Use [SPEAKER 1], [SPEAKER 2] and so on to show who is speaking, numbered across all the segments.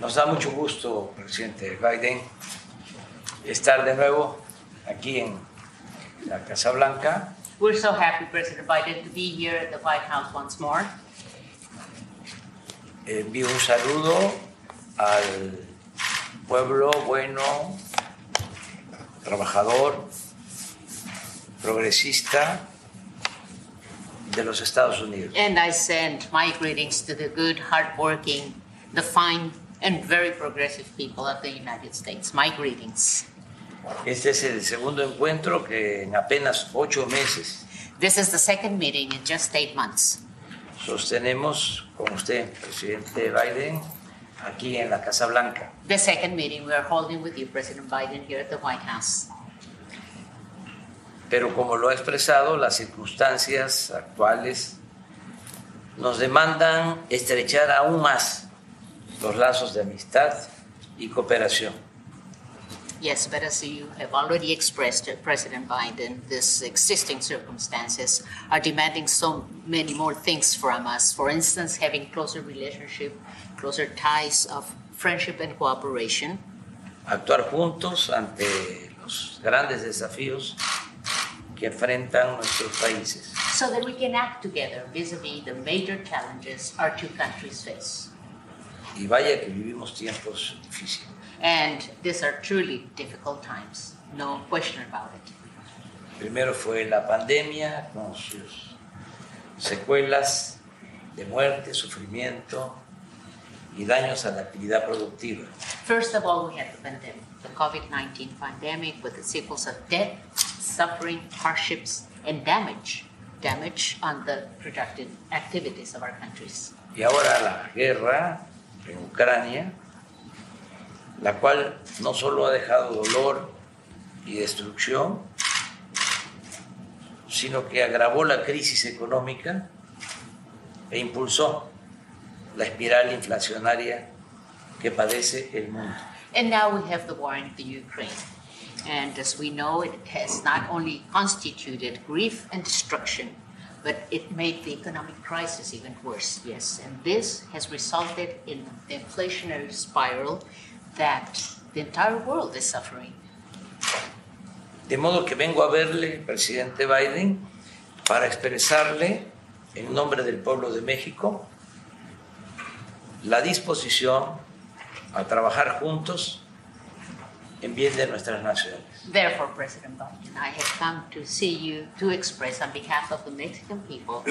[SPEAKER 1] Nos da mucho gusto, presidente Biden, estar de nuevo aquí en la Casa Blanca.
[SPEAKER 2] We're so happy, President Biden, to be here at the White House once more.
[SPEAKER 1] Envío un saludo al pueblo bueno, trabajador, progresista de los Estados Unidos.
[SPEAKER 2] And I send my greetings to the good, hardworking, the fine, and very progressive people of the United States. My greetings.
[SPEAKER 1] Este es el segundo encuentro que en apenas ocho meses
[SPEAKER 2] This is the second meeting in just eight months.
[SPEAKER 1] sostenemos con usted, presidente Biden, aquí en la Casa Blanca.
[SPEAKER 2] The second meeting we are holding with you, President Biden, here at the White House.
[SPEAKER 1] Pero como lo ha expresado, las circunstancias actuales nos demandan estrechar aún más los lazos de amistad y cooperación.
[SPEAKER 2] Yes, but as you have already expressed, uh, President Biden, these existing circumstances are demanding so many more things from us. For instance, having closer relationship, closer ties of friendship and cooperation,
[SPEAKER 1] Actuar juntos ante los grandes desafíos que enfrentan nuestros países.
[SPEAKER 2] so that we can act together vis-à-vis the major challenges our two countries face.
[SPEAKER 1] Y vaya que vivimos tiempos difíciles.
[SPEAKER 2] And these are truly difficult times, no question about it.
[SPEAKER 1] Primero fue la pandemia con sus secuelas de muerte, sufrimiento y daños a la actividad productiva.
[SPEAKER 2] First of all, we had the pandemic, the COVID 19 pandemic with the sequels of death, suffering, hardships, and damage. Damage on the productive activities of our countries.
[SPEAKER 1] Y ahora la guerra en Ucrania, la cual no solo ha dejado dolor y destrucción, sino que agravó la crisis económica e impulsó la espiral inflacionaria que padece el mundo.
[SPEAKER 2] And now we have the war in the Ukraine. And as we know, it has not only constituted grief and destruction, but it made the economic crisis even worse, yes. And this has resulted in the inflationary spiral that the entire world is suffering.
[SPEAKER 1] De modo que vengo a verle, presidente Biden, para expresarle, en nombre del pueblo de México, la disposición a trabajar juntos en bien de nuestras naciones.
[SPEAKER 2] Therefore, President Biden, I have come to see you to express on behalf of the Mexican people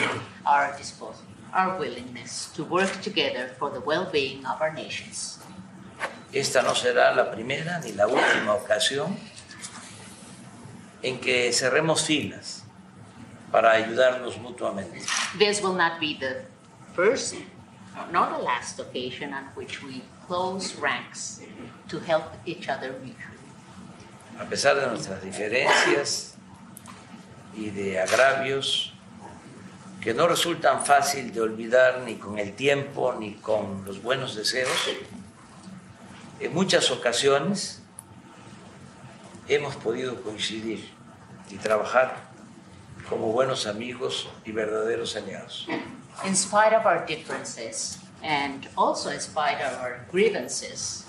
[SPEAKER 2] our disposal, our willingness to work together for the well-being of our nations.
[SPEAKER 1] Esta no será la primera ni la última ocasión en que cerremos filas para ayudarnos mutuamente.
[SPEAKER 2] This will not be the first, nor the last occasion on which we close ranks to help each other mutually.
[SPEAKER 1] a pesar de nuestras diferencias y de agravios que no resultan fácil de olvidar ni con el tiempo ni con los buenos deseos, en muchas ocasiones hemos podido coincidir y trabajar como buenos amigos y verdaderos aliados.
[SPEAKER 2] in spite of our differences and also in spite of our grievances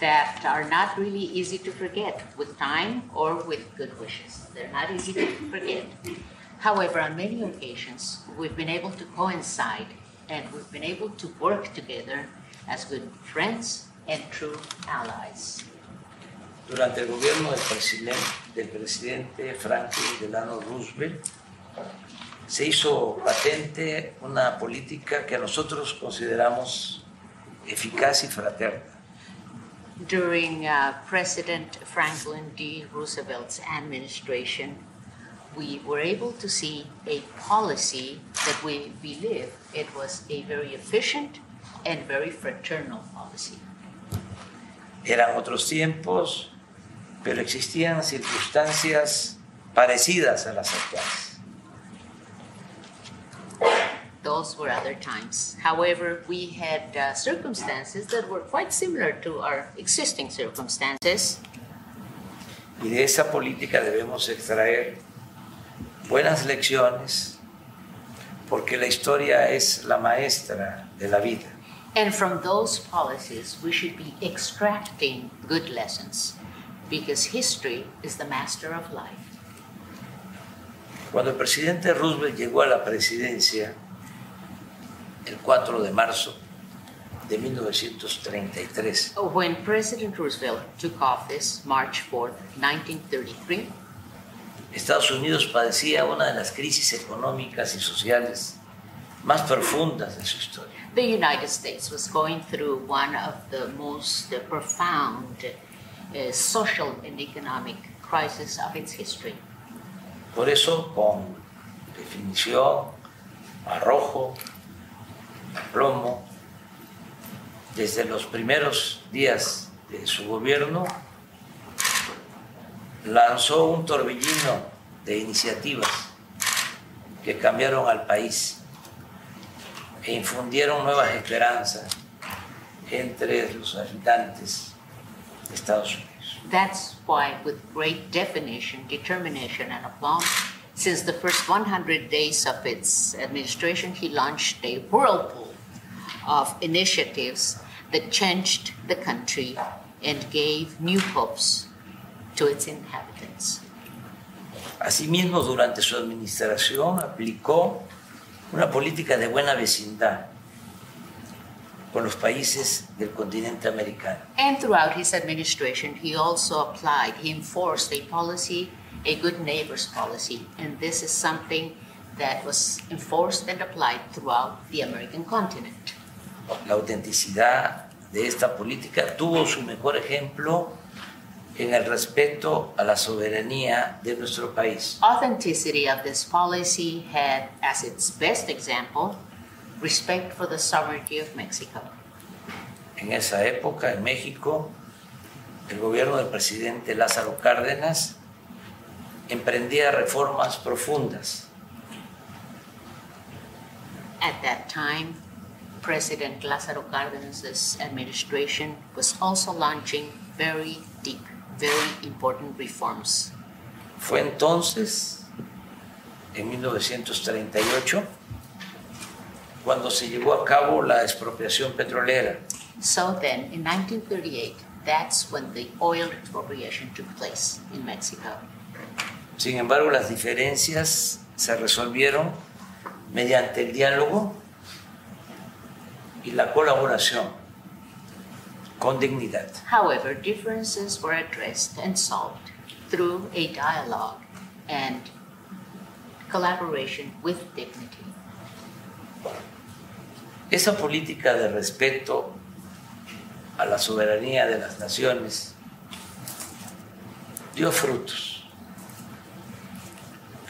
[SPEAKER 2] that are not really easy to forget with time or with good wishes. They're not easy to forget. However, on many occasions, we've been able to coincide and we've been able to work together as good friends and true allies.
[SPEAKER 1] Durante el gobierno del, presidente- del presidente Franklin Delano Roosevelt se hizo patente una política que nosotros consideramos eficaz y fraterna.
[SPEAKER 2] During uh, President Franklin D. Roosevelt's administration, we were able to see a policy that we believe it was a very efficient and very fraternal policy.
[SPEAKER 1] Eran otros tiempos, pero existían circunstancias parecidas a las actuales.
[SPEAKER 2] Those were other times. However, we had uh, circumstances that were quite similar to our existing circumstances,
[SPEAKER 1] Y de esa política debemos extraer buenas lecciones porque la historia es la maestra de la vida.
[SPEAKER 2] And from those policies, we should be extracting good lessons because history is the master of life.
[SPEAKER 1] Cuando el presidente Roosevelt llegó a la presidencia el 4 de marzo de 1933,
[SPEAKER 2] When President Roosevelt took office March 4, 1933,
[SPEAKER 1] Estados Unidos padecía una de las crisis económicas y sociales más profundas de su historia.
[SPEAKER 2] the United States was going through one of the most profound uh, social and economic crises of its history.
[SPEAKER 1] Por eso, con definición, arrojo, plomo, desde los primeros días de su gobierno, lanzó un torbellino de iniciativas que cambiaron al país e infundieron nuevas esperanzas entre los habitantes de Estados Unidos.
[SPEAKER 2] That's why, with great definition, determination, and aplomb, since the first 100 days of its administration, he launched a whirlpool of initiatives that changed the country and gave new hopes to its inhabitants.
[SPEAKER 1] Asimismo, durante su administración aplicó una política de buena vecindad con los países del continente americano.
[SPEAKER 2] And throughout his administration, he also applied, he enforced a policy, a good neighbor's policy. And this is something that was enforced and applied throughout the American continent.
[SPEAKER 1] La autenticidad de esta política tuvo su mejor ejemplo en el respeto a la soberanía de nuestro país.
[SPEAKER 2] Authenticity of this policy had as its best example respect for the sovereignty of Mexico.
[SPEAKER 1] En esa época, en México, el gobierno del presidente Lázaro Cárdenas emprendía reformas profundas
[SPEAKER 2] At that time, President Lázaro Cárdenas' administration was also launching very deep, very important reforms.
[SPEAKER 1] Fue entonces, en 1938, cuando se llevó a cabo la expropiación petrolera,
[SPEAKER 2] So then, in 1938, that's when the oil expropriation took place in Mexico.
[SPEAKER 1] Sin embargo, las diferencias se resolvieron mediante el diálogo y la colaboración con dignidad.
[SPEAKER 2] However, differences were addressed and solved through a dialogue and collaboration with dignity.
[SPEAKER 1] Esa política de respeto a la soberanía de las naciones dio frutos,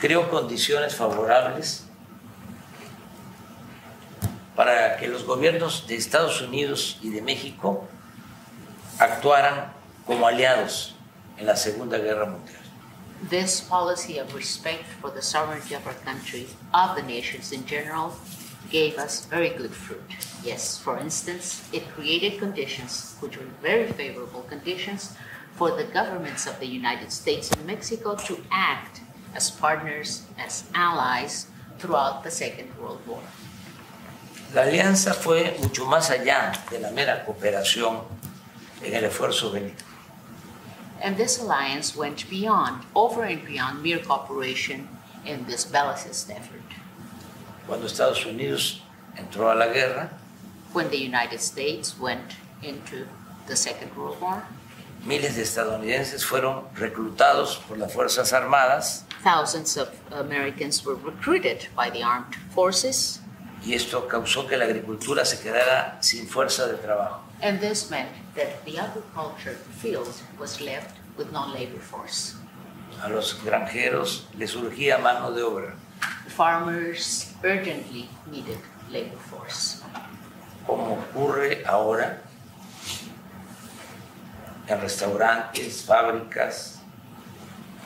[SPEAKER 1] creó condiciones favorables para que los gobiernos de Estados Unidos y de México actuaran como aliados en la Segunda Guerra Mundial.
[SPEAKER 2] This policy of respect for the sovereignty of our country, of the nations in general, gave us very good fruit. Yes, for instance, it created conditions, which were very favorable conditions, for the governments of the United States and Mexico to act as partners, as allies throughout the Second World War.
[SPEAKER 1] La alianza fue mucho más allá de la mera cooperación en el esfuerzo bélico.
[SPEAKER 2] And this alliance went beyond, over and beyond mere cooperation in this bellicist effort.
[SPEAKER 1] cuando Estados Unidos entró a la guerra,
[SPEAKER 2] When the United States went into the Second World War,
[SPEAKER 1] miles de estadounidenses fueron reclutados por las Fuerzas Armadas
[SPEAKER 2] thousands of Americans were recruited by the armed forces,
[SPEAKER 1] y esto causó que la agricultura se quedara sin fuerza de trabajo.
[SPEAKER 2] and this meant that the agriculture field was left with no labor force.
[SPEAKER 1] A los granjeros les surgía mano de obra.
[SPEAKER 2] Farmers urgently needed labor force,
[SPEAKER 1] como ocurre ahora en restaurantes, fábricas,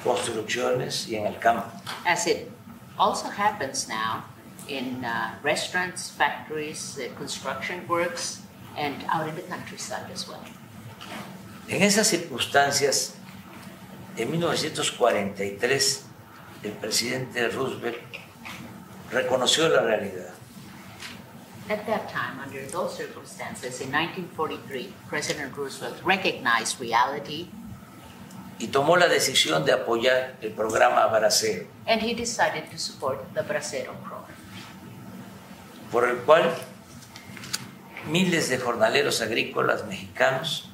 [SPEAKER 1] construcciones y en el campo.
[SPEAKER 2] as it also happens now in uh, restaurants, factories, uh, construction works, and out in the countryside as well.
[SPEAKER 1] En esas circunstancias, en 1943, el presidente Roosevelt reconoció la realidad
[SPEAKER 2] At that time, under those circumstances, in 1943, President Roosevelt recognized reality
[SPEAKER 1] y tomó la decisión de apoyar el programa Abracero,
[SPEAKER 2] and he decided to support the Bracero program.
[SPEAKER 1] por el cual miles de jornaleros agrícolas mexicanos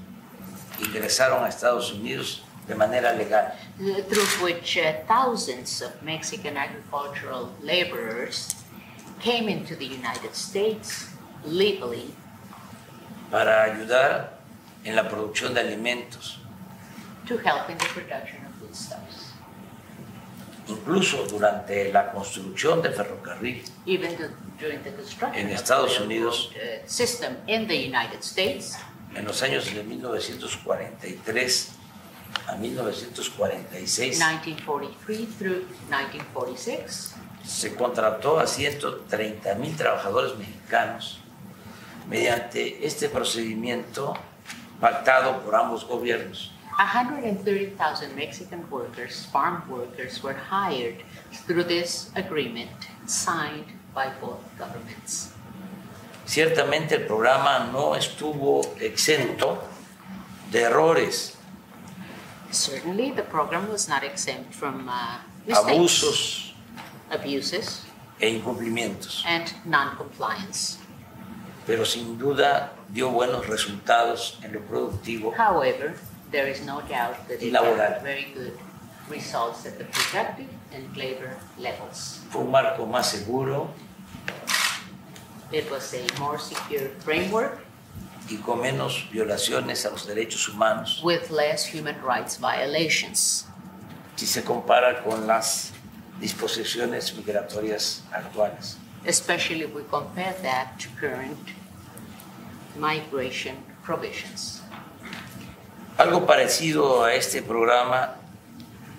[SPEAKER 1] ingresaron a Estados Unidos de manera legal.
[SPEAKER 2] uh, through which uh, thousands of Mexican agricultural laborers came into the United States legally
[SPEAKER 1] para ayudar en la producción de alimentos.
[SPEAKER 2] to help in the production of foodstuffs.
[SPEAKER 1] Incluso durante la construcción del ferrocarril,
[SPEAKER 2] Even th- during the construction
[SPEAKER 1] En
[SPEAKER 2] of
[SPEAKER 1] Estados
[SPEAKER 2] the
[SPEAKER 1] Unidos.
[SPEAKER 2] railroad, uh, system in the United States,
[SPEAKER 1] en los años de 1943 a 1946,
[SPEAKER 2] 1943 through 1946,
[SPEAKER 1] se contrató a 130 mil trabajadores mexicanos mediante este procedimiento pactado por ambos gobiernos.
[SPEAKER 2] 130,000 Mexican workers, farm workers, were hired through this agreement signed by both governments.
[SPEAKER 1] Ciertamente el programa no estuvo exento de errores,
[SPEAKER 2] Certainly, the program was not exempt from uh, mistakes,
[SPEAKER 1] abusos
[SPEAKER 2] abuses,
[SPEAKER 1] e incumplimientos.
[SPEAKER 2] and non-compliance.
[SPEAKER 1] pero sin duda dio buenos resultados en lo productivo
[SPEAKER 2] However, there is no doubt that it
[SPEAKER 1] Laboral.
[SPEAKER 2] had very good results at the productive and labor levels.
[SPEAKER 1] fue un marco más seguro
[SPEAKER 2] It was a more secure framework
[SPEAKER 1] y con menos violaciones a los derechos humanos
[SPEAKER 2] with less human rights violations
[SPEAKER 1] si se compara con las disposiciones migratorias actuales.
[SPEAKER 2] especially if we compare that to current migration provisions.
[SPEAKER 1] Algo parecido a este programa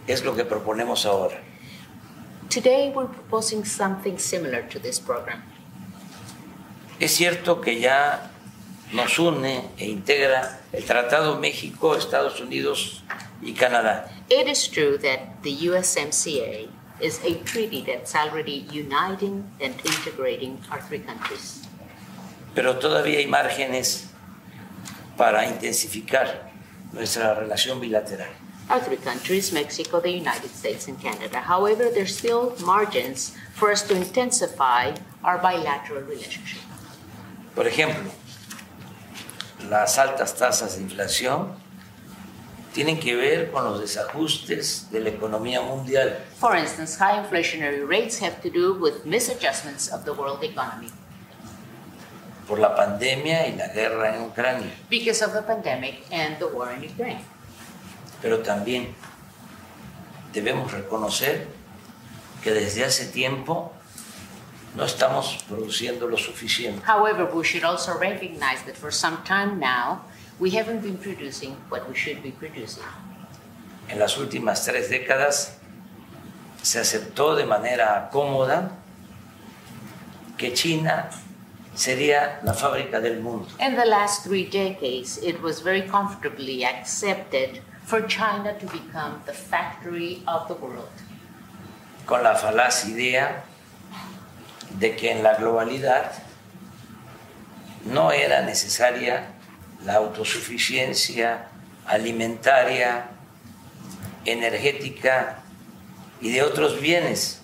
[SPEAKER 1] es lo que proponemos ahora.
[SPEAKER 2] Today, we're proposing something similar to this program.
[SPEAKER 1] Es cierto que ya nos une e integra el Tratado México, Estados Unidos y Canadá.
[SPEAKER 2] It is true that the USMCA is a treaty that's already uniting and integrating our three countries.
[SPEAKER 1] pero todavía hay márgenes para intensificar nuestra relación bilateral.
[SPEAKER 2] Our three countries, Mexico, the United States, and Canada. However, there's still margins for us to intensify our bilateral relationship.
[SPEAKER 1] Por ejemplo, las altas tasas de inflación tienen que ver con los desajustes de la economía mundial
[SPEAKER 2] For instance, high inflationary rates have to do with misadjustments of the world economy
[SPEAKER 1] por la pandemia y la guerra en Ucrania,
[SPEAKER 2] because of the pandemic and the war in Ukraine.
[SPEAKER 1] pero también debemos reconocer que desde hace tiempo no estamos produciendo lo suficiente.
[SPEAKER 2] However, we should also recognize that for some time now, we haven't been producing what we should be producing.
[SPEAKER 1] en las últimas tres décadas se aceptó de manera cómoda que China sería la fábrica del mundo.
[SPEAKER 2] In the last three decades, it was very comfortably accepted for China to become the factory of the world
[SPEAKER 1] con la falaz idea de que en la globalidad no era necesaria la autosuficiencia alimentaria, energética y de otros bienes,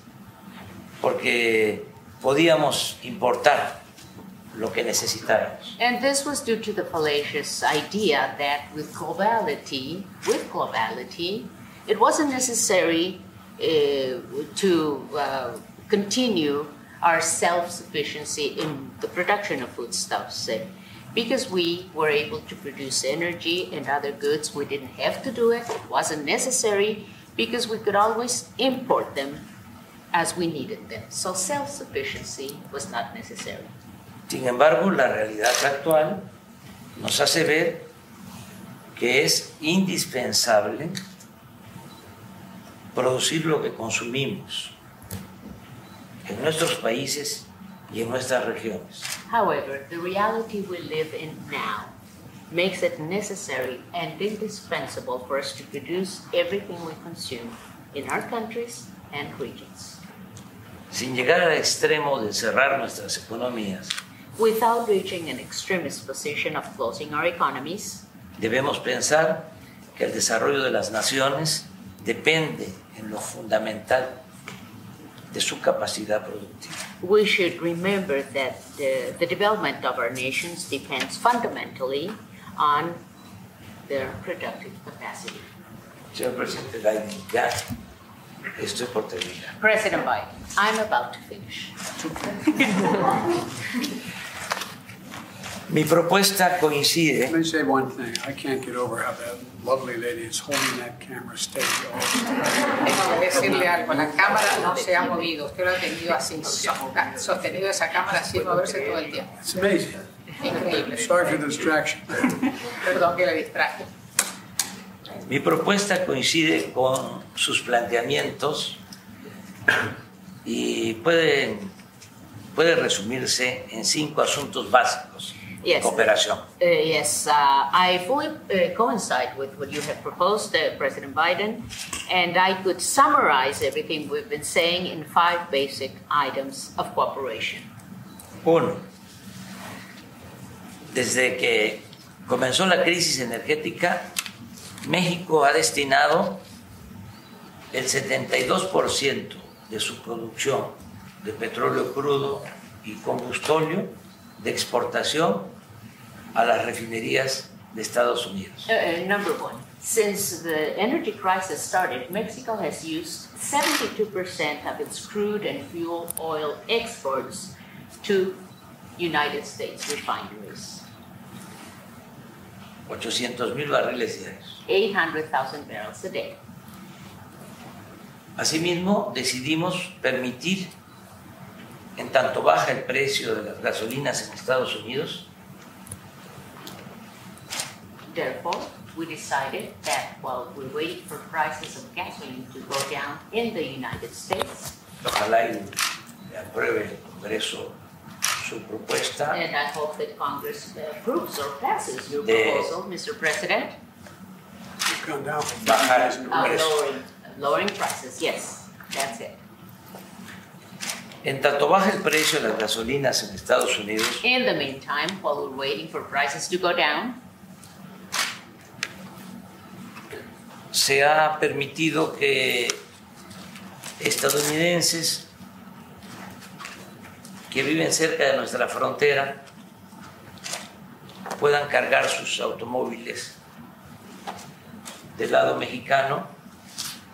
[SPEAKER 1] porque podíamos importar lo que necesitáramos.
[SPEAKER 2] And this was due to the fallacious idea that with globality, with globality, it wasn't necessary uh, to uh, continue our self-sufficiency in the production of foodstuffs. uh, Because we were able to produce energy and other goods, we didn't have to do it, it wasn't necessary, because we could always import them as we needed them. So self-sufficiency was not necessary.
[SPEAKER 1] Sin embargo, la realidad actual nos hace ver que es indispensable producir lo que consumimos en nuestros países y en nuestras regiones.
[SPEAKER 2] However, the reality we live in now makes it necessary and indispensable for us to produce everything we consume in our countries and regions.
[SPEAKER 1] Sin llegar al extremo de cerrar nuestras economías,
[SPEAKER 2] without reaching an extremist position of closing our economies.
[SPEAKER 1] Debemos pensar que el desarrollo de las naciones depende en lo fundamental de su capacidad productiva.
[SPEAKER 2] We should remember that the, the development of our nations depends fundamentally on their productive capacity.
[SPEAKER 1] Señor presidente Biden, ya estoy por terminar.
[SPEAKER 2] President Biden, I'm about to finish.
[SPEAKER 1] Mi propuesta coincide
[SPEAKER 3] Let me say one thing. I can't get over how that lovely lady is holding that camera steady. all-
[SPEAKER 4] Tengo que decirle algo, la cámara no se ha movido, usted lo ha tenido así, soca- sostenido esa cámara sin moverse todo el tiempo.
[SPEAKER 3] It's amazing.
[SPEAKER 4] Increíble.
[SPEAKER 3] Sorry for the distraction.
[SPEAKER 4] Perdón que le distraje.
[SPEAKER 1] Mi propuesta coincide con sus planteamientos y puede, puede resumirse en cinco asuntos básicos.
[SPEAKER 2] Yes.
[SPEAKER 1] Cooperación,
[SPEAKER 2] Uh, yes, uh, I fully uh, coincide with what you have proposed, uh, President Biden, and I could summarize everything we've been saying in five basic items of cooperation.
[SPEAKER 1] Uno, desde que comenzó la crisis energética, México ha destinado el 72% de su producción de petróleo crudo y combustóleo de exportación a las refinerías de Estados Unidos.
[SPEAKER 2] Uh, uh, number one, since the energy crisis started, Mexico has used 72% of its crude and fuel oil exports to United States refineries,
[SPEAKER 1] 800 mil barriles diarios.
[SPEAKER 2] 800,000 barrels a day.
[SPEAKER 1] Asimismo, decidimos permitir, en tanto baja el precio de las gasolinas en Estados Unidos,
[SPEAKER 2] Therefore, we decided that while we wait for prices of gasoline to go down in the United States,
[SPEAKER 1] ojalá y le apruebe el Congreso su propuesta
[SPEAKER 2] and I hope that Congress approves or passes your
[SPEAKER 1] The-
[SPEAKER 2] proposal, Mr. President,
[SPEAKER 3] It's gone down from
[SPEAKER 1] Bajar
[SPEAKER 3] 2,000 to
[SPEAKER 1] el
[SPEAKER 2] of
[SPEAKER 1] precio.
[SPEAKER 2] lowering, of lowering prices, yes, that's it.
[SPEAKER 1] En tanto baja el precio de las gasolinas en Estados Unidos,
[SPEAKER 2] In the meantime, while we're waiting for prices to go down,
[SPEAKER 1] se ha permitido que estadounidenses que viven cerca de nuestra frontera puedan cargar sus automóviles del lado mexicano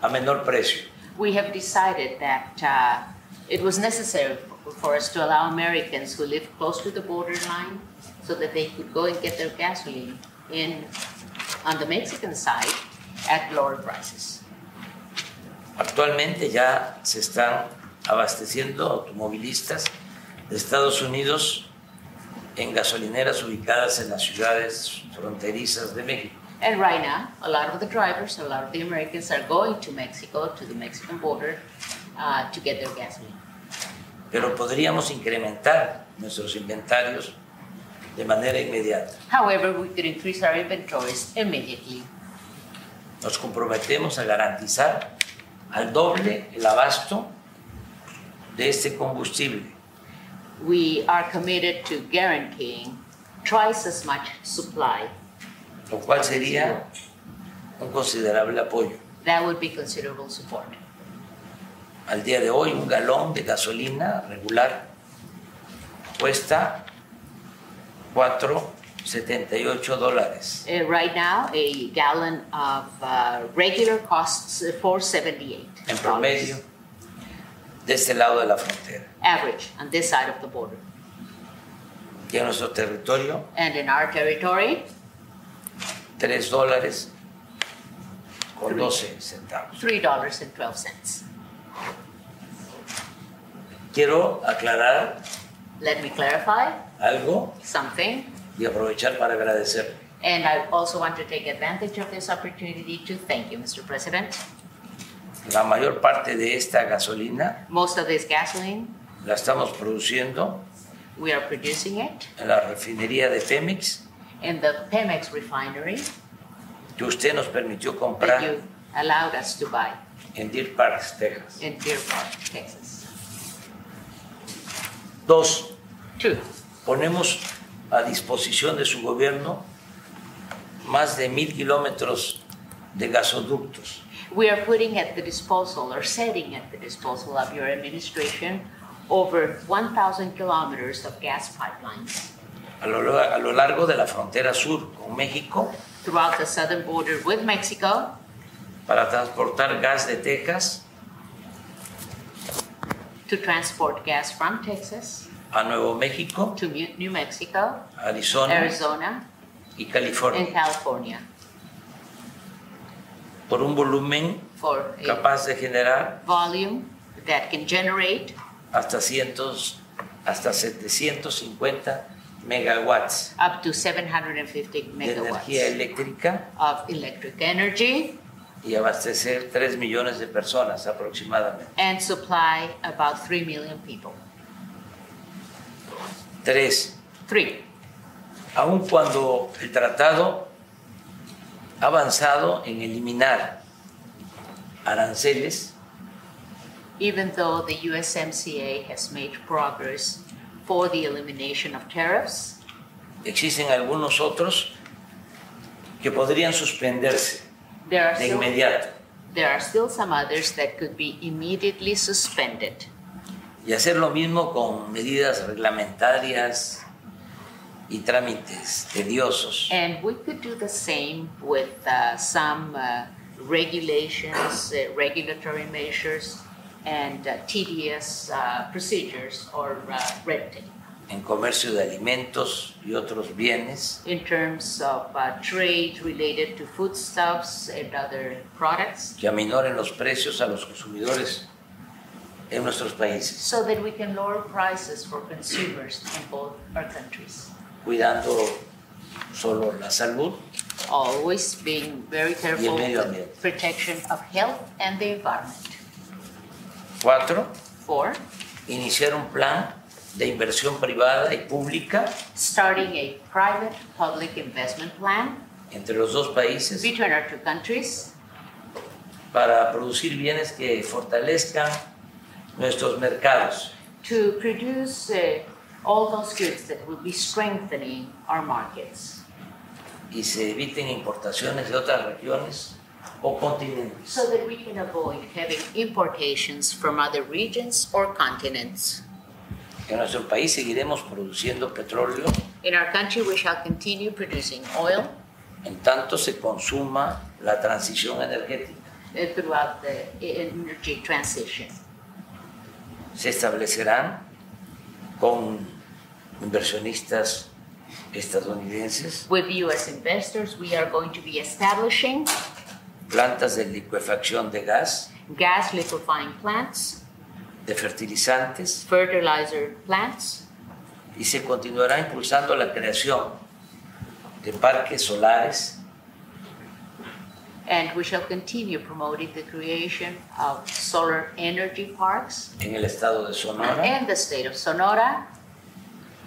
[SPEAKER 1] a menor precio.
[SPEAKER 2] we have decided that uh, it was necessary for- for us to allow Americans who live close to the borderline so that they could go and get their gasoline in, on the Mexican side at lower prices.
[SPEAKER 1] Actualmente ya se están abasteciendo automovilistas de Estados Unidos en gasolineras ubicadas en las ciudades fronterizas de México.
[SPEAKER 2] And right now, a lot of the drivers, a lot of the Americans are going to Mexico, to the Mexican border, uh, to get their gasoline.
[SPEAKER 1] Pero podríamos incrementar nuestros inventarios de manera inmediata.
[SPEAKER 2] However, we could increase our inventories immediately.
[SPEAKER 1] Nos comprometemos a garantizar al doble el abasto de este combustible
[SPEAKER 2] We are committed to guaranteeing twice as much supply.
[SPEAKER 1] lo cual sería un considerable apoyo.
[SPEAKER 2] That would be considerable support.
[SPEAKER 1] Al día de hoy, un galón de gasolina regular cuesta 4.78 dólares.
[SPEAKER 2] Uh, right now, a gallon of uh, regular costs uh, 478.
[SPEAKER 1] En promedio, de este lado de la frontera.
[SPEAKER 2] Average on this side of the border.
[SPEAKER 1] Y en nuestro territorio,
[SPEAKER 2] And in our territory,
[SPEAKER 1] 3 dólares con 12 centavos.
[SPEAKER 2] $3.12.
[SPEAKER 1] Quiero aclarar
[SPEAKER 2] Let me clarify
[SPEAKER 1] algo
[SPEAKER 2] something.
[SPEAKER 1] y aprovechar para agradecer.
[SPEAKER 2] And I also want to take advantage of this opportunity to thank you, Mr. President.
[SPEAKER 1] La mayor parte de esta gasolina
[SPEAKER 2] Most of this gasoline,
[SPEAKER 1] la estamos produciendo
[SPEAKER 2] we are producing it
[SPEAKER 1] en la refinería de Pemex,
[SPEAKER 2] in the Pemex refinery.
[SPEAKER 1] que usted nos permitió
[SPEAKER 2] that
[SPEAKER 1] comprar
[SPEAKER 2] you allowed us to buy
[SPEAKER 1] en Deer Park, Texas.
[SPEAKER 2] in Deer Park, Texas.
[SPEAKER 1] Dos,
[SPEAKER 2] Two,
[SPEAKER 1] ponemos a disposición de su gobierno más de mil kilómetros de gasoductos.
[SPEAKER 2] We are putting at the disposal or setting at the disposal of your administration over 1,000 kilometers of gas pipelines
[SPEAKER 1] a lo, a lo largo de la frontera sur con México
[SPEAKER 2] throughout the southern border with Mexico
[SPEAKER 1] para transportar gas de Texas
[SPEAKER 2] to transport gas from Texas
[SPEAKER 1] a Nuevo México,
[SPEAKER 2] to Mu- New Mexico,
[SPEAKER 1] Arizona
[SPEAKER 2] Arizona,
[SPEAKER 1] y
[SPEAKER 2] and
[SPEAKER 1] California
[SPEAKER 2] California
[SPEAKER 1] por un volumen
[SPEAKER 2] for a
[SPEAKER 1] capaz de generar
[SPEAKER 2] volume that can generate
[SPEAKER 1] hasta, cientos, hasta 750 megawatts
[SPEAKER 2] up to 750
[SPEAKER 1] de energía
[SPEAKER 2] megawatts
[SPEAKER 1] eléctrica
[SPEAKER 2] of electric energy
[SPEAKER 1] y abastecer 3 millones de personas aproximadamente.
[SPEAKER 2] and supply about 3 million people.
[SPEAKER 1] 3.
[SPEAKER 2] Three,
[SPEAKER 1] Aun cuando el tratado ha avanzado en eliminar aranceles,
[SPEAKER 2] even though the USMCA has made progress for the elimination of tariffs,
[SPEAKER 1] existen algunos otros que podrían suspenderse
[SPEAKER 2] there are
[SPEAKER 1] de
[SPEAKER 2] still
[SPEAKER 1] inmediato
[SPEAKER 2] There are still some others that could be immediately suspended
[SPEAKER 1] y hacer lo mismo con medidas reglamentarias y trámites tediosos.
[SPEAKER 2] And we could do the same with uh, some uh, regulations, uh, regulatory measures, and uh, tedious uh, procedures or uh, red tape
[SPEAKER 1] en comercio de alimentos y otros bienes,
[SPEAKER 2] in terms of uh, trade related to foodstuffs and other products
[SPEAKER 1] que aminoren los precios a los consumidores en nuestros países,
[SPEAKER 2] so that we can lower prices for consumers in both our countries.
[SPEAKER 1] cuidando solo la salud
[SPEAKER 2] Always being very careful
[SPEAKER 1] medio
[SPEAKER 2] with
[SPEAKER 1] ambiente.
[SPEAKER 2] protection of health and the environment.
[SPEAKER 1] Cuatro,
[SPEAKER 2] Four,
[SPEAKER 1] iniciar un plan de inversión privada y pública
[SPEAKER 2] starting a private public investment plan
[SPEAKER 1] entre los dos países
[SPEAKER 2] between our two countries
[SPEAKER 1] para producir bienes que fortalezcan nuestros mercados,
[SPEAKER 2] to produce uh, all those goods that will be strengthening our markets
[SPEAKER 1] y se eviten importaciones de otras regiones o continentes.
[SPEAKER 2] so that we can avoid having importations from other regions or continents.
[SPEAKER 1] En nuestro país seguiremos produciendo petróleo
[SPEAKER 2] In our country, we shall continue producing oil
[SPEAKER 1] en tanto se consuma la transición energética.
[SPEAKER 2] uh, throughout the e, energy transition.
[SPEAKER 1] Se establecerán con inversionistas estadounidenses
[SPEAKER 2] With US investors, we are going to be establishing
[SPEAKER 1] plantas de liquefacción de gas,
[SPEAKER 2] gas liquefying plants,
[SPEAKER 1] de fertilizantes
[SPEAKER 2] fertilizer plants,
[SPEAKER 1] y se continuará impulsando la creación de parques solares
[SPEAKER 2] And we shall continue promoting the creation of solar energy parks
[SPEAKER 1] en el estado de Sonora
[SPEAKER 2] and the state of Sonora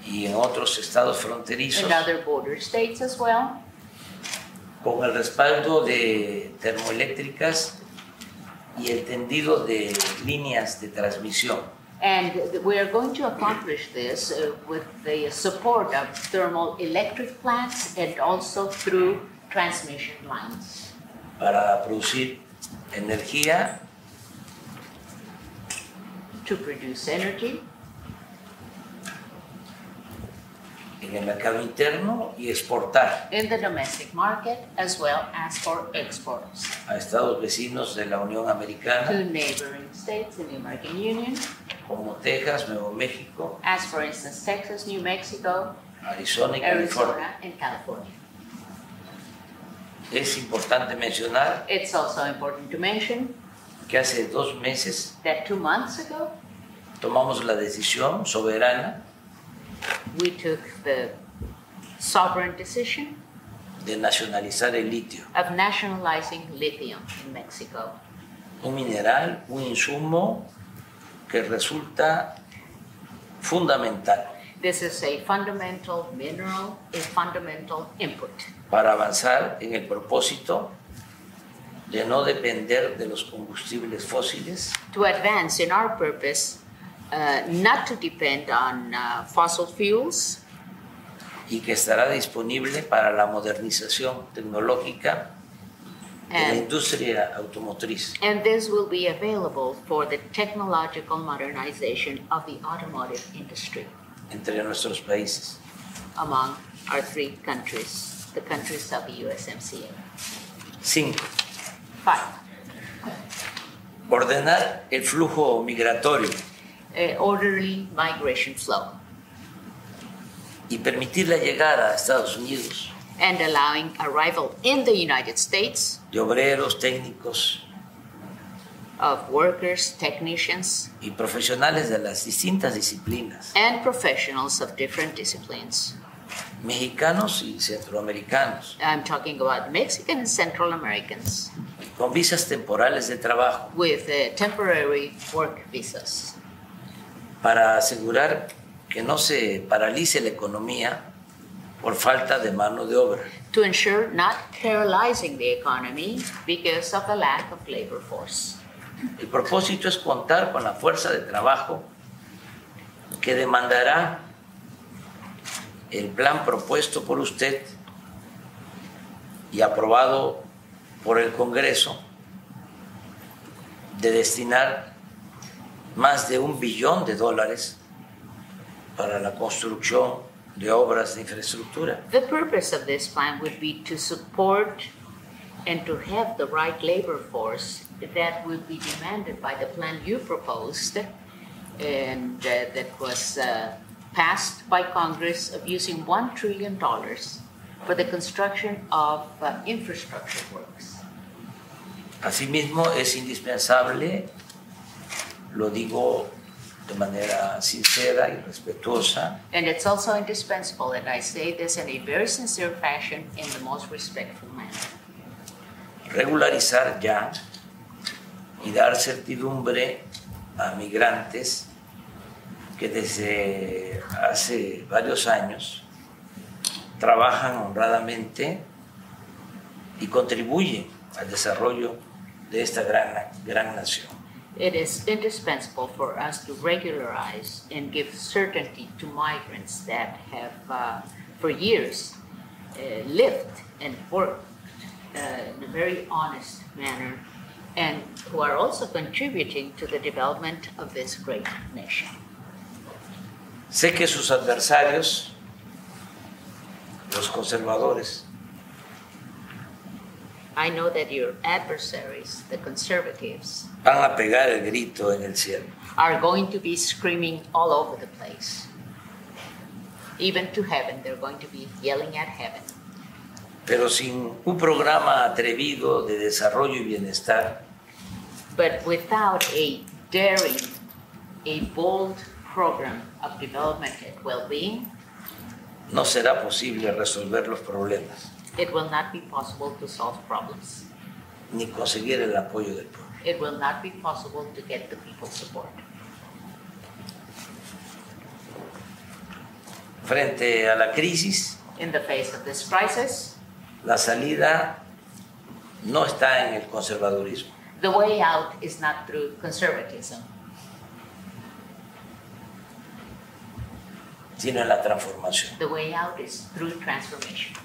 [SPEAKER 1] y en otros estados fronterizos
[SPEAKER 2] and other border states as well,
[SPEAKER 1] con el respaldo de termoeléctricas y el tendido de líneas de transmisión.
[SPEAKER 2] and we are going to accomplish this uh, with the support of thermal electric plants and also through transmission lines
[SPEAKER 1] para producir energía
[SPEAKER 2] to produce energy
[SPEAKER 1] en el mercado interno y exportar
[SPEAKER 2] in the domestic market as well as for exports
[SPEAKER 1] a estados vecinos de la Unión Americana
[SPEAKER 2] to neighboring states in the American Union,
[SPEAKER 1] como Texas, Nuevo México,
[SPEAKER 2] as for instance Texas, New Mexico,
[SPEAKER 1] Arizona y California.
[SPEAKER 2] Arizona, and California.
[SPEAKER 1] Es importante mencionar
[SPEAKER 2] It's also important to mention
[SPEAKER 1] que hace dos meses
[SPEAKER 2] that two months ago,
[SPEAKER 1] tomamos la decisión soberana
[SPEAKER 2] we took the sovereign decision
[SPEAKER 1] de nacionalizar el litio,
[SPEAKER 2] of nationalizing lithium in Mexico,
[SPEAKER 1] un mineral, un insumo que resulta fundamental
[SPEAKER 2] this is a fundamental mineral, a fundamental input
[SPEAKER 1] para avanzar en el propósito de no depender de los combustibles fósiles
[SPEAKER 2] to advance in our purpose uh, not to depend on uh, fossil fuels
[SPEAKER 1] y que estará disponible para la modernización tecnológica de la
[SPEAKER 2] And,
[SPEAKER 1] industria automotriz.
[SPEAKER 2] and this will be available for the technological modernization of the automotive industry
[SPEAKER 1] entre nuestros países.
[SPEAKER 2] among our three countries, the countries of the USMCA.
[SPEAKER 1] Cinco,
[SPEAKER 2] Five,
[SPEAKER 1] ordenar el flujo migratorio
[SPEAKER 2] uh, orderly migration flow
[SPEAKER 1] y permitir la llegada a Estados Unidos
[SPEAKER 2] and allowing arrival in the United States
[SPEAKER 1] de obreros, técnicos
[SPEAKER 2] of workers, technicians,
[SPEAKER 1] y profesionales de las distintas disciplinas,
[SPEAKER 2] and professionals of different disciplines.
[SPEAKER 1] mexicanos y centroamericanos,
[SPEAKER 2] I'm talking about Mexican and Central Americans
[SPEAKER 1] con visas temporales de trabajo
[SPEAKER 2] with uh, temporary work visas
[SPEAKER 1] para asegurar que no se paralice la economía por falta de mano de obra.
[SPEAKER 2] to ensure not paralyzing the economy because of the lack of labor force.
[SPEAKER 1] El propósito es contar con la fuerza de trabajo que demandará el plan propuesto por usted y aprobado por el Congreso de destinar más de un billón de dólares para la construcción de obras de infraestructura.
[SPEAKER 2] The purpose of this plan would be to support and to have the right labor force that would be demanded by the plan you proposed and uh, that was uh, passed by Congress of using $1 trillion for the construction of uh, infrastructure works.
[SPEAKER 1] Asimismo, es indispensable, lo digo de manera sincera y respetuosa,
[SPEAKER 2] And it's also indispensable, and I say this in a very sincere fashion in the most respectful manner,
[SPEAKER 1] regularizar ya y dar certidumbre a migrantes que desde hace varios años trabajan honradamente y contribuyen al desarrollo de esta gran, gran nación.
[SPEAKER 2] It is indispensable for us to regularize and give certainty to migrants that have, uh, for years, uh, lived and worked uh, in a very honest manner and who are also contributing to the development of this great nation.
[SPEAKER 1] Sé que sus adversarios, los conservadores,
[SPEAKER 2] I know that your adversaries, the conservatives,
[SPEAKER 1] van a pegar el grito en el cielo.
[SPEAKER 2] are going to be screaming all over the place. Even to heaven, they're going to be yelling at heaven.
[SPEAKER 1] Pero sin un programa atrevido de desarrollo y bienestar,
[SPEAKER 2] But without a daring, a bold program of development and well-being,
[SPEAKER 1] no será posible resolver los problemas
[SPEAKER 2] it will not be possible to solve problems.
[SPEAKER 1] ni conseguir el apoyo del pueblo.
[SPEAKER 2] It will not be possible to get the people's support.
[SPEAKER 1] Frente a la crisis,
[SPEAKER 2] In the face of this crisis,
[SPEAKER 1] la salida no está en el conservadurismo,
[SPEAKER 2] the way out is not through conservatism,
[SPEAKER 1] sino en la transformación.
[SPEAKER 2] the way out is through transformation.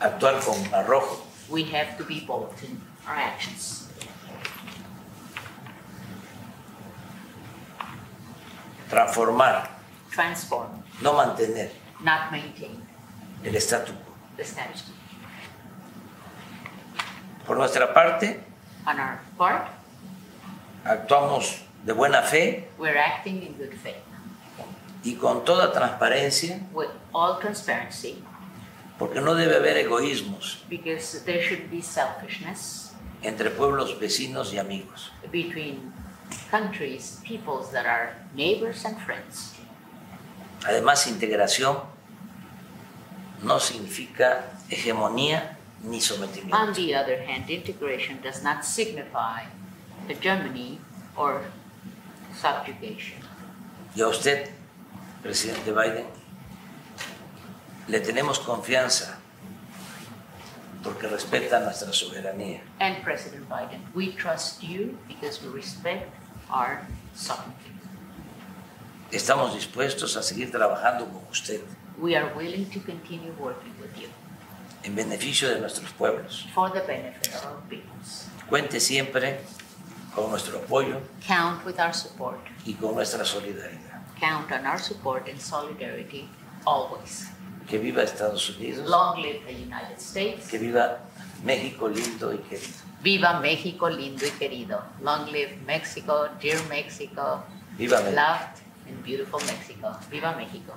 [SPEAKER 1] Actuar con arrojo,
[SPEAKER 2] We have to be bold in our actions.
[SPEAKER 1] transformar,
[SPEAKER 2] Transform,
[SPEAKER 1] no mantener
[SPEAKER 2] not maintain
[SPEAKER 1] el statu quo.
[SPEAKER 2] the status quo.
[SPEAKER 1] Por nuestra parte,
[SPEAKER 2] On our part,
[SPEAKER 1] actuamos de buena fe
[SPEAKER 2] we're acting in good faith
[SPEAKER 1] y con toda transparencia,
[SPEAKER 2] with all transparency
[SPEAKER 1] porque no debe haber egoísmos
[SPEAKER 2] because there should be selfishness
[SPEAKER 1] entre pueblos vecinos y amigos.
[SPEAKER 2] between countries, peoples that are neighbors and friends.
[SPEAKER 1] Además, integración no significa hegemonía ni
[SPEAKER 2] On
[SPEAKER 1] sometimiento.
[SPEAKER 2] the other hand, integration does not signify hegemony or subjugation.
[SPEAKER 1] Y a usted, presidente Biden, le tenemos confianza porque respeta nuestra soberanía.
[SPEAKER 2] And President Biden, we trust you because we respect our sovereignty.
[SPEAKER 1] Estamos dispuestos a seguir trabajando con usted
[SPEAKER 2] we are willing to continue working with you
[SPEAKER 1] en beneficio de nuestros pueblos.
[SPEAKER 2] for the benefit of our peoples.
[SPEAKER 1] Cuente siempre con nuestro apoyo
[SPEAKER 2] Count with our support.
[SPEAKER 1] y con nuestra solidaridad.
[SPEAKER 2] Count on our support and solidarity always.
[SPEAKER 1] Que viva Estados Unidos,
[SPEAKER 2] Long live the United States.
[SPEAKER 1] que viva México lindo y querido.
[SPEAKER 2] Viva México lindo y querido. Long live Mexico, dear Mexico,
[SPEAKER 1] Viva México.
[SPEAKER 2] loved and beautiful Mexico. Viva México.